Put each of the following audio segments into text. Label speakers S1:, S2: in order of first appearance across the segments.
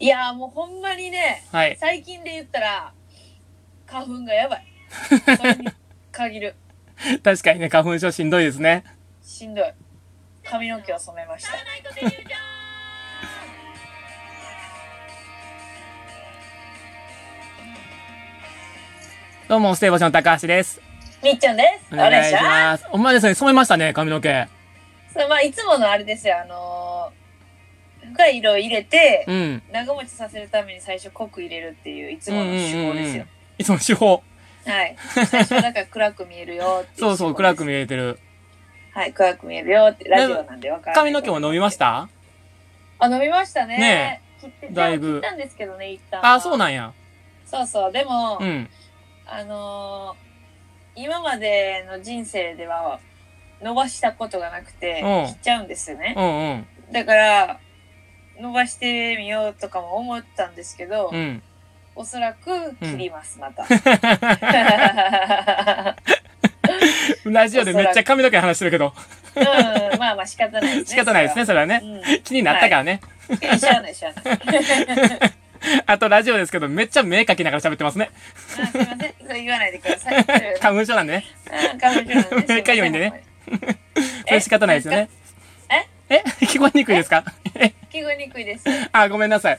S1: いやーもうほんまにね、
S2: はい。
S1: 最近で言ったら、花粉がやばい。それに限 る。
S2: 確かにね、花粉症しんどいですね。
S1: しんどい。髪の毛を染めました。
S2: どうも、ステーボシの高橋です。
S1: みっちゃんです。
S2: お
S1: お願
S2: 願
S1: い
S2: い
S1: し
S2: し
S1: ま
S2: ます。お前ですね、染めましたね、髪の毛。
S1: す。そうまあ、いつものあれですよ、あのー深い色を入れて、
S2: うん。
S1: 長持ちさせるために最初濃く入れるっていう、いつもの手法ですよ。
S2: いつも手法。
S1: はい。最初だから暗く見えるよってい
S2: そうそう、暗く
S1: 見
S2: 見えてる。
S1: はい、暗く見えるよって、ラジオなんでわかる。
S2: 髪の毛も伸びました
S1: あ、飲みましたね。
S2: ね
S1: 切って、
S2: だ
S1: だ
S2: い
S1: い
S2: ぶ
S1: ぶ。切ったんですけどね、一旦。
S2: あ、そうんなんや。
S1: そうそう。でも、
S2: うん。
S1: あのー今までの人生では、伸ばしたことがなくて
S2: うん、
S1: 切っちゃうんですよね
S2: う。んうん。
S1: だから、伸ばしてみようとかも思ったんですけど、
S2: うん。
S1: おそらく切ります、また。
S2: ラジオでめっちゃ髪の毛の話してるけど、
S1: うん、まあまあ仕方ないです
S2: 仕
S1: ね。
S2: 方ないですね、それはね。
S1: ね。
S2: 気になったからね。
S1: うん。知らない、知らない。
S2: あと、ラジオですけど、めっちゃ目かきながら喋ってますね。
S1: あすいません。それ言わないでくだ さい。うん
S2: 花粉症なんでね。
S1: 彼女なんですいません
S2: かゆいんでね。それ仕方ないですよね。え聞こえにくいですか
S1: 聞こえにくいです。は
S2: あ、ごめんなさい。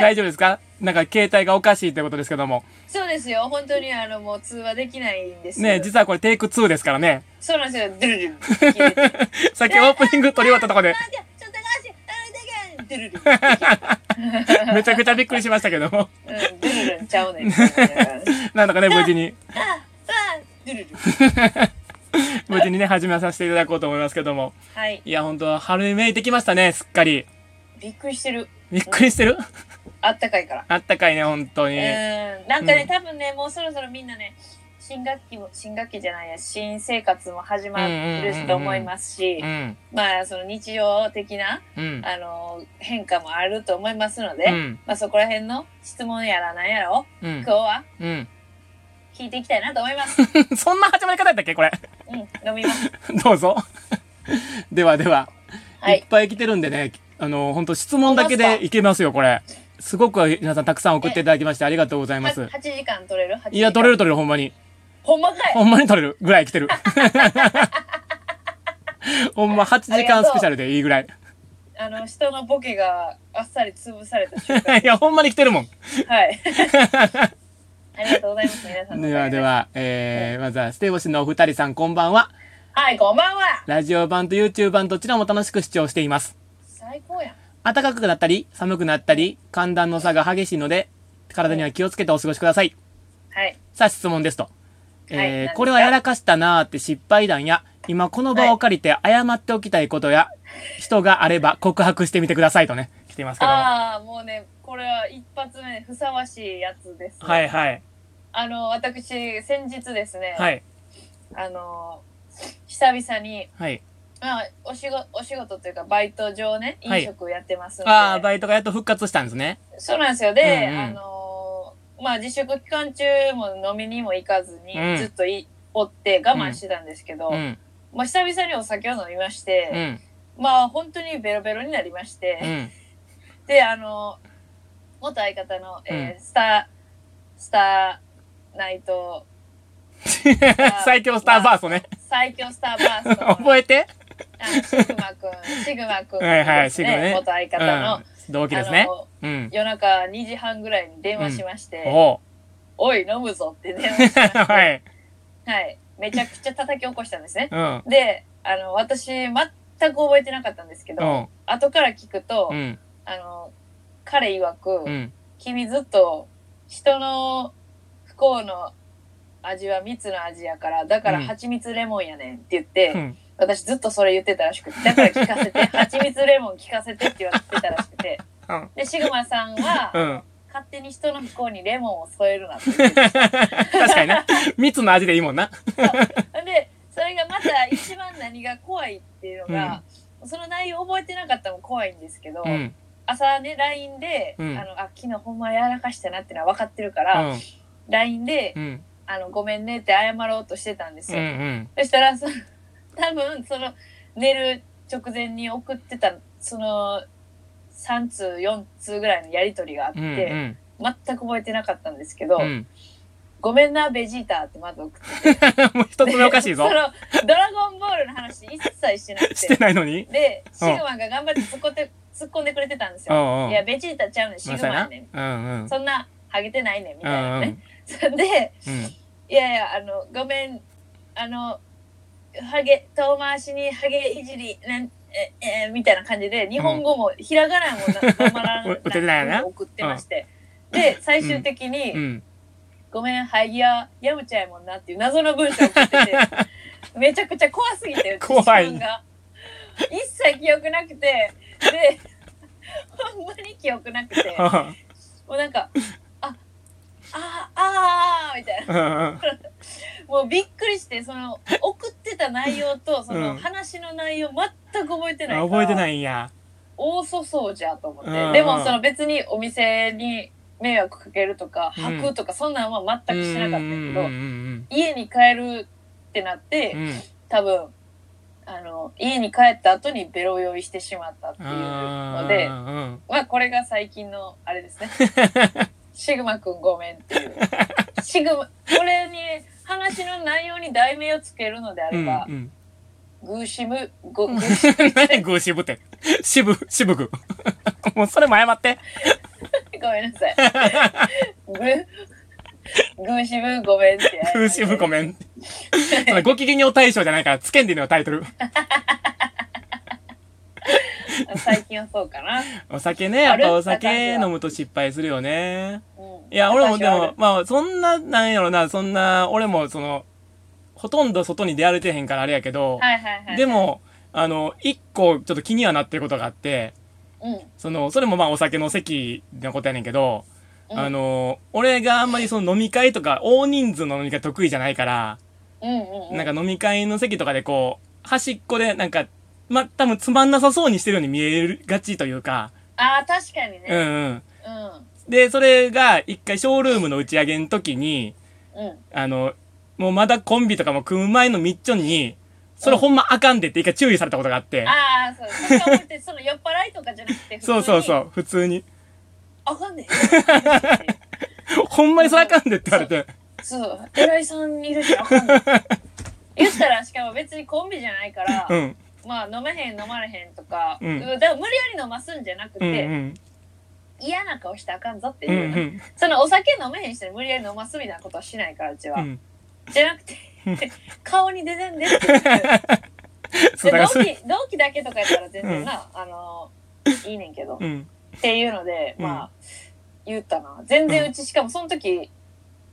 S2: 大
S1: い。
S2: 丈夫ですかなんか携帯がおかしいってことですけども。
S1: そうですよ。本当にあの、もう通話できないんですよ。
S2: ね実はこれテイク2ですからね。
S1: そうなんですよ。ドゥル ルン。聞いてて
S2: さっきオープニング撮り終わったとこで
S1: あ、、じゃあちょっと高橋、あれだけドゥルルン。
S2: めちゃくちゃびっくりしましたけども。
S1: うん、ドゥルルンちゃうねんって思いながら。
S2: なんとかね、無事に、
S1: あ、あ、ドゥルルン。
S2: 無事にね、始めさせていただこうと思いますけども。
S1: はい。
S2: いや、ほんと、春めいてきましたね、すっかり。
S1: びっくりしてる。
S2: びっくりしてる
S1: あったかいから。
S2: あったかいね、ほんとに。
S1: うん。なんか
S2: う
S1: ね
S2: ん、
S1: 多分ね、もうそろそろみんなね、新学期も、新学期じゃないや、新生活も始まると思いますし
S2: う、ん。
S1: まあ、その日常的な、
S2: うん。
S1: あの、変化もあると思いますので、
S2: うん。
S1: まあそこら辺の質問やらなんやらを、
S2: う
S1: 今
S2: ん
S1: 日。は
S2: うん。
S1: 聞いていきたいなと思います。
S2: そんな始まり方やったっけこれ。
S1: うん、飲みます。
S2: どうぞ。 ではでは、、
S1: はい
S2: っ
S1: い。
S2: ぱい来てるんでね、あの、本当質問だけでいけますよ、これ。すごく皆さんたくさん送っていただきましてありがとうございま
S1: は
S2: す。
S1: 8時間取れる ?8 時間。
S2: いや、取れる取れる、ほんまに。
S1: ほんまかい
S2: ほんまに取れるぐらい来てる。 ほんま、8時間スペシャルでいいぐらい。
S1: あの、人のボケがあっさり潰された 瞬間。
S2: いや、ほんまに来てるもん。
S1: はい。 ありがとうございます、皆さんのおかげ。
S2: ではでは、えー、まずは、ステイボシのお二人さん、こんばんは。
S1: はい、こんばんは。
S2: ラジオ版と YouTube 版どちらも楽しく視聴しています。
S1: 最高やん。
S2: 暖かくなったり、寒くなったり、寒暖の差が激しいので、体には気をつけてお過ごしください。
S1: はい。
S2: さあ、質問ですと。
S1: はい何
S2: え
S1: です
S2: ー、
S1: か
S2: これはやらかしたなーって失敗談や、今この場を借りて謝っておきたいことや、人があれば告白してみてくださいとね、来ていますけども。は
S1: ああ、もうね、これは一発目にふさわしいやつです。
S2: い。はい。
S1: あの、私、先日ですね、
S2: はい。
S1: あの、久々に、
S2: はい。
S1: まあ、お仕事、お仕事というか、バイト上ね、
S2: はい
S1: 飲食やってますんで。
S2: ああ、バイトがやっと復活したんですね。
S1: そうなんですよ。で、
S2: うんうん
S1: あのー、まあ、自粛期間中も飲みにも行かずに、
S2: うん
S1: ずっとい、おって我慢してたんですけど、
S2: うん。
S1: まあ、久々にお酒を飲みまし
S2: う
S1: て、
S2: ん。
S1: まあ、本当にベロベロになりまして、
S2: うん。
S1: で、あの、元相方の、えースター、スターナイト、
S2: 最強スターバーストね。
S1: 最強スターバーストの。
S2: 覚えて
S1: あシグマくん、シグマくん、
S2: はいはい、
S1: です
S2: シグマね。
S1: 元相方の、
S2: うん。同期ですね
S1: あ。の、
S2: うん。
S1: 夜中2時半ぐらいに電話しまして、
S2: おう。
S1: おい、飲むぞって電話しまして、
S2: は
S1: はい、
S2: い。
S1: めちゃくちゃ叩き起こしたんですね。
S2: うん。
S1: で、あの、私、全く覚えてなかったんですけ
S2: う
S1: ど、
S2: ん。
S1: 後から聞くと、
S2: うん。
S1: あの、彼曰く、
S2: うん。
S1: 君ずっと人の不幸の味は蜜の味やから、だから
S2: うん
S1: 蜂蜜レモンやねんって言って、
S2: うん
S1: 私ずっとそれ言ってたらしくて、だから聞かせ て、蜂蜜レモン聞かせてって言われてたらしくて
S2: うん。
S1: で、シグマさんは、
S2: うん。
S1: 勝手に人の不幸にレモンを添えるなって言ってた。
S2: 確か にな。蜜の味でいいもんな。
S1: で、それがまた一番何が怖いっていうのが、その内容覚えてなかったのも怖いんですけど、
S2: うん。
S1: 朝ね、LINE で、
S2: うん
S1: あの、あ、昨日ほんまやらかしたなってのは分かってるか
S2: う
S1: ら、
S2: ん。
S1: LINE で、
S2: うん。
S1: あの、ごめんねって謝ろうとしてたんです
S2: うん。う
S1: よ。
S2: ん。
S1: そしたら、その、多分、その、寝る直前に送ってた、その、 3通4通ぐらいのやり取りがあって、
S2: うんうん
S1: 全く覚えてなかったんですけど「
S2: うん、
S1: ごめんなベジータ」ってまず送って
S2: もう一つ目おかしいぞ
S1: その「ドラゴンボール」の話一切してなくて
S2: してないのに
S1: でシグマが頑張って突っ込んで突っ込んでくれてたんです
S2: う
S1: よ「
S2: んうん
S1: いやベジータちゃうねんシ
S2: ま
S1: グ
S2: あそう
S1: マや
S2: や
S1: ねん
S2: なうんうん
S1: そんなハゲてないねん」み
S2: う
S1: たいなん
S2: う
S1: ね
S2: ん、
S1: そんで
S2: うん
S1: いやいや、あの、ごめん、あの、ハゲ、遠回しにハゲいじり、なんえ、えーみたいな感じで、日本語も、ひらがなもな、まら
S2: 打てないな
S1: なく送ってまして。で、最終的に、
S2: うん
S1: ごめん、ハイギア、やむちゃやもんなっていう謎の文章を送って て、めちゃくちゃ怖すぎて、
S2: 怖い
S1: 自分が。一切記憶なくて、で、ほんまに記憶なくて、もうなんか、あ、あー、あー、みたいな。
S2: うん
S1: もうびっくりしてその送ってた内容とその
S2: うん
S1: 話の内容全く覚えてないから、
S2: 覚えてないいんや
S1: 大粗相じゃと思って、
S2: うん
S1: でもその別にお店に迷惑かけるとか
S2: うん
S1: 履くとかそんなんは全くしてなかった
S2: うんん
S1: や
S2: う
S1: け
S2: ん
S1: ど、
S2: うん
S1: 家に帰るってなって、
S2: うんうん
S1: 多分あの家に帰った後にベロ酔いしてしまったっていうので
S2: うんうん
S1: まあこれが最近のあれです ねシグマくんごめんっていうシグマこれに話の内容に題名をつけるのであ
S2: う
S1: れ
S2: ん
S1: ば
S2: う、ん
S1: グーシムごグーシム
S2: 何グーシブって渋渋く もうそれも謝って
S1: ごめんなさ いググーシムごめんって
S2: グーシブご
S1: めん
S2: めんそのご機嫌よう大賞じゃないからつけんでいいのよタイ トル
S1: 最近はそうかな、うん、
S2: お酒ねやっぱお酒飲むと失敗するよねいや、俺もでも、まあ、そんな、なんやろな、そんな、俺も、その、ほとんど外に出歩いてへんからあれやけど、
S1: はいはいはい
S2: でも、あの、一個、ちょっと気にはなってることがあって、
S1: うん、うん、
S2: その、それもまあ、お酒の席のことやねんけど、あの、俺があんまりその飲み会とか、大人数の飲み会得意じゃないから、
S1: うんうんうん
S2: なんか飲み会の席とかでこう、端っこで、なんか、ま、多分つまんなさそうにしてるように見えるがちというか、
S1: ああ確かに
S2: うん
S1: ね
S2: うん。
S1: う
S2: で、それが、一回ショールームの打ち上げの時に、
S1: んうん
S2: あの、もうまだコンビとかも組む前のみっちょに、それほんまあかんでって一回注意されたことがあって。
S1: ああそうそれが覚えてその酔っ払いとかじゃなくて普通
S2: そ
S1: に
S2: うそうそう、普通に。
S1: あかんね
S2: ほんまにそれあかんでって言われて。
S1: そう偉いさんいるしあかんね言ったらしかも別にコンビじゃないから、
S2: うん。
S1: まあ飲めへん飲まれへんとか、
S2: うん
S1: だから無理やり飲ますんじゃなく
S2: う
S1: て、
S2: んうん。
S1: 嫌な顔してあかんぞっていうう、
S2: んうん。
S1: そのお酒飲めへん人に無理やり飲ますみたいなことはしないからうち
S2: う
S1: は、
S2: ん。
S1: じゃなくて顔に出てんでって言って
S2: そう、だからそ
S1: 同
S2: れ。
S1: 期同期だけとかやったら全然な、あのいいねんけど、
S2: うん。
S1: っていうので、
S2: うん
S1: まあ言ったな全然うちしかもその時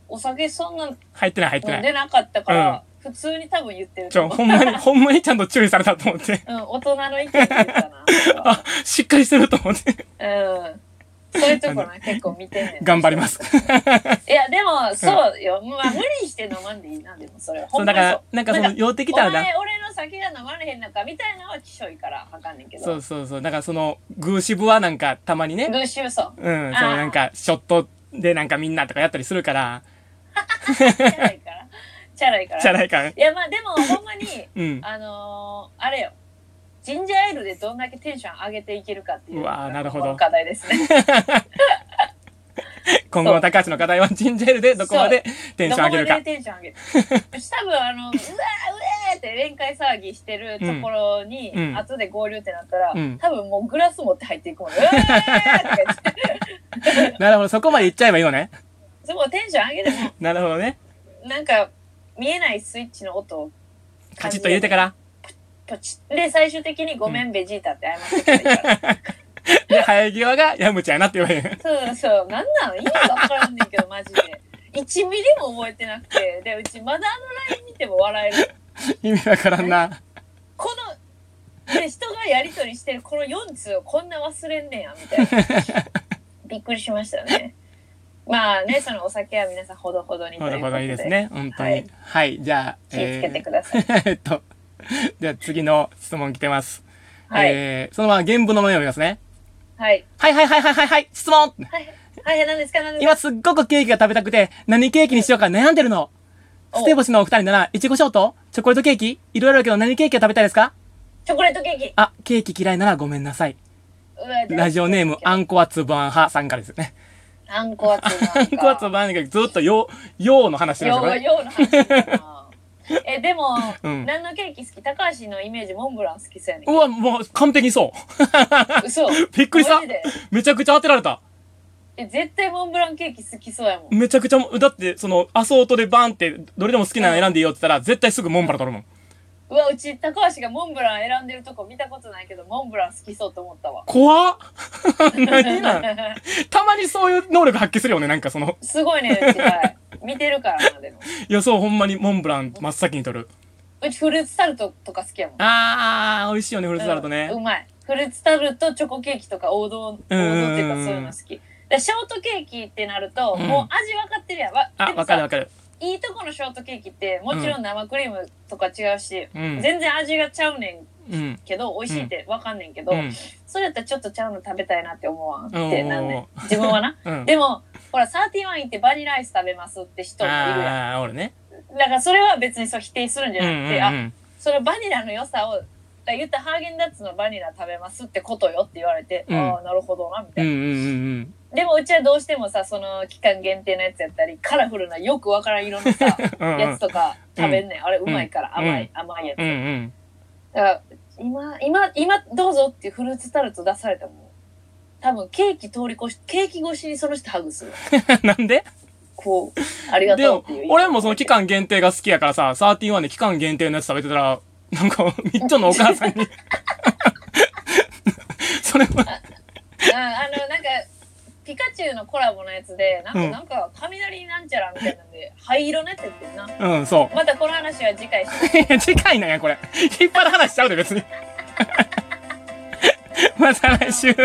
S1: お酒そんな
S2: 入ってない入っ
S1: 飲
S2: て
S1: ん
S2: ない。
S1: でなかったから、普通に多分言ってる
S2: ち
S1: と
S2: ょ、
S1: 思う、
S2: ほん まに、ほんまにちゃんと注意されたと思って。
S1: うん、大人の意見で言ったなそれは
S2: あ、しっかりしてると思 って。
S1: うんそういうとこな結構見てんねん
S2: 頑張ります。
S1: いやでもそうよ、まあ無理して飲まんでいいなでもそれは
S2: そう、だから、なんかその、
S1: なん
S2: 酔ってきたら
S1: お
S2: な。
S1: 前俺の酒が飲まれへんのかみたいなのはきしょいからあかんねんけど
S2: そうそうそう。だからその、グーシブはなんか、たまにね
S1: グ。ーシューソ
S2: うん。そのなんか、ショットでなんかみんなとかやったりするから、
S1: ンチャラいからチャラいから
S2: じゃないから。
S1: いやまあでもほんまに
S2: うん。
S1: あのーあれよ。ジンジャーエールでどんだけテンション上げていけるかっていう
S2: うわーなるほど
S1: この課題ですね。
S2: 今後の高橋の課題はジンジャーエールでどこまで テンション上げる
S1: どこま
S2: か
S1: で。テンション上げる。多分あの、うわーうえーって宴会騒ぎしてるところに、
S2: うん
S1: 後で合流ってなったら、
S2: うん
S1: 多分もうグラス持って入っていくもんね。うえーとか言って。
S2: なるほど、そこまでいっちゃえばいいのね。
S1: そこテンション上げても、
S2: なるほどね。
S1: なんか、見えないスイッチの音を
S2: カチッと入れてから。
S1: ポチッ。で、最終的にごめん、ベジータって謝ってくれるから。
S2: で、生え際がヤムチャやなって言われる。
S1: そうそう、なんなの意味がわからんねんけど、マジで。1ミリも覚えてなくて、で、うちまだあの LINE 見ても笑える。
S2: 意味わからんな。
S1: この、で、人がやりとりしてるこの4通をこんな忘れんねんや、みたいな。びっくりしましたね。まあね、そのお酒は皆さんほどほどにと
S2: ほ
S1: いう
S2: ど
S1: こと
S2: ほど
S1: で。
S2: いいですね。本当
S1: は
S2: に
S1: い。
S2: はい、じゃあ、
S1: 気をつけて
S2: え
S1: ください。
S2: ー えっと、じゃあ次の質問来てます。
S1: はい、
S2: えーそのまま原文のまま読みますね。
S1: はい。
S2: はいはいはいはいはいはい、質問
S1: はい。はい、何ですか何ですか
S2: 今すっごくケーキが食べたくて、何ケーキにしようか悩んでるの。
S1: お
S2: ステーボシのお二人なら、いちごショートチョコレートケーキいろいろあるけど何ケーキが食べたいですか
S1: チョコレートケーキ。
S2: あ、ケーキ嫌いならごめんなさい。
S1: う
S2: ラジオネーム、あ
S1: ん、
S2: んこはつばん派さんからですね。
S1: あんこはつばんか。
S2: あんこはつばんがずっとよう、ようの話してま
S1: よ
S2: したから
S1: う、
S2: ね。
S1: ようの話だな。え、でも、
S2: うん
S1: 何のケーキ好き高橋のイメージ、モンブラン好きそうやねん
S2: う。わ、もう完璧にそう。
S1: 嘘。びっ
S2: びっくりした
S1: で。
S2: めちゃくちゃ当てられた。
S1: え、絶対モンブランケーキ好きそうやもん。
S2: めちゃくちゃ、だって、その、アソートでバンって、どれでも好きなの選んでいいよって言ったら、絶対すぐモンブラン取るもん。
S1: うわ、うち高橋がモンブラン選んでるとこ見たことないけど、モンブラン好きそうと思ったわ。
S2: 怖っ 何なんたまにそういう能力発揮するよね、なんかその。
S1: すごいね、うちはい見てるからな、でも。
S2: いや、そう、ほんまにモンブラン真っ先に取る。
S1: うちフルーツタルトとか好きやもん。
S2: あー、美味しいよね、フルーツタルトね
S1: うんう。まい。フルーツタルト、チョコケーキとか王道、王道っていうか
S2: うん
S1: そういうの好き。でショートケーキってなると、
S2: うん
S1: もう味分かってるやん。わ
S2: あ、
S1: でもさ
S2: わかるわかる。
S1: いいとこのショートケーキって、もちろん生クリームとか違うし、
S2: うん。
S1: 全然味がちゃうねん
S2: うん。
S1: けど、美味しいって分かんねんけど、
S2: うん。
S1: それやったらちょっとちゃうの食べたいなって思わんってなんねん
S2: お。
S1: 自分はな。
S2: うん。
S1: でも、ほら、サーティワン行ってバニラアイス食べますって人もいるや
S2: あー、俺ね。
S1: ん。だからそれは別にそう否定するんじ
S2: う
S1: ゃ
S2: んう
S1: なんく
S2: う
S1: て、あ、
S2: ん。
S1: そのバニラの良さを、だから言ったらハーゲンダッツのバニラ食べますってことよって言われて、
S2: うん
S1: ああ、なるほどな、みた
S2: う
S1: い
S2: んう
S1: な、
S2: んうん
S1: でもうちはどうしてもさ、その期間限定のやつやったり、カラフルなよくわからん色のさ、
S2: うん。
S1: やつとか食べんねん。あれうまいから
S2: うん
S1: 甘い、甘いやつ。
S2: うんう
S1: だか
S2: ん。
S1: ら、今、今、今どうぞっていうフルーツタルト出されたもん。多分ケーキ通り越し、ケーキ越しにその人ハグする。
S2: なんで
S1: こう、ありが
S2: で
S1: とうっ
S2: も
S1: ていう。、
S2: 俺もその期。間限定が好きやからさ、31で期間限定のやつ食べてたら、なんか、みっちょんのお母さんに。 それは、
S1: うん、あの、なんか、ピカチュウのコラボのやつで、なんか、
S2: うん
S1: なんか、雷なんちゃらみたいなんで、灰色ねって言ってんな。
S2: うん、そ
S1: またこの話は次回します。
S2: う。次回 なんや、これ。引っ張る話しちゃうで、別に。また来週。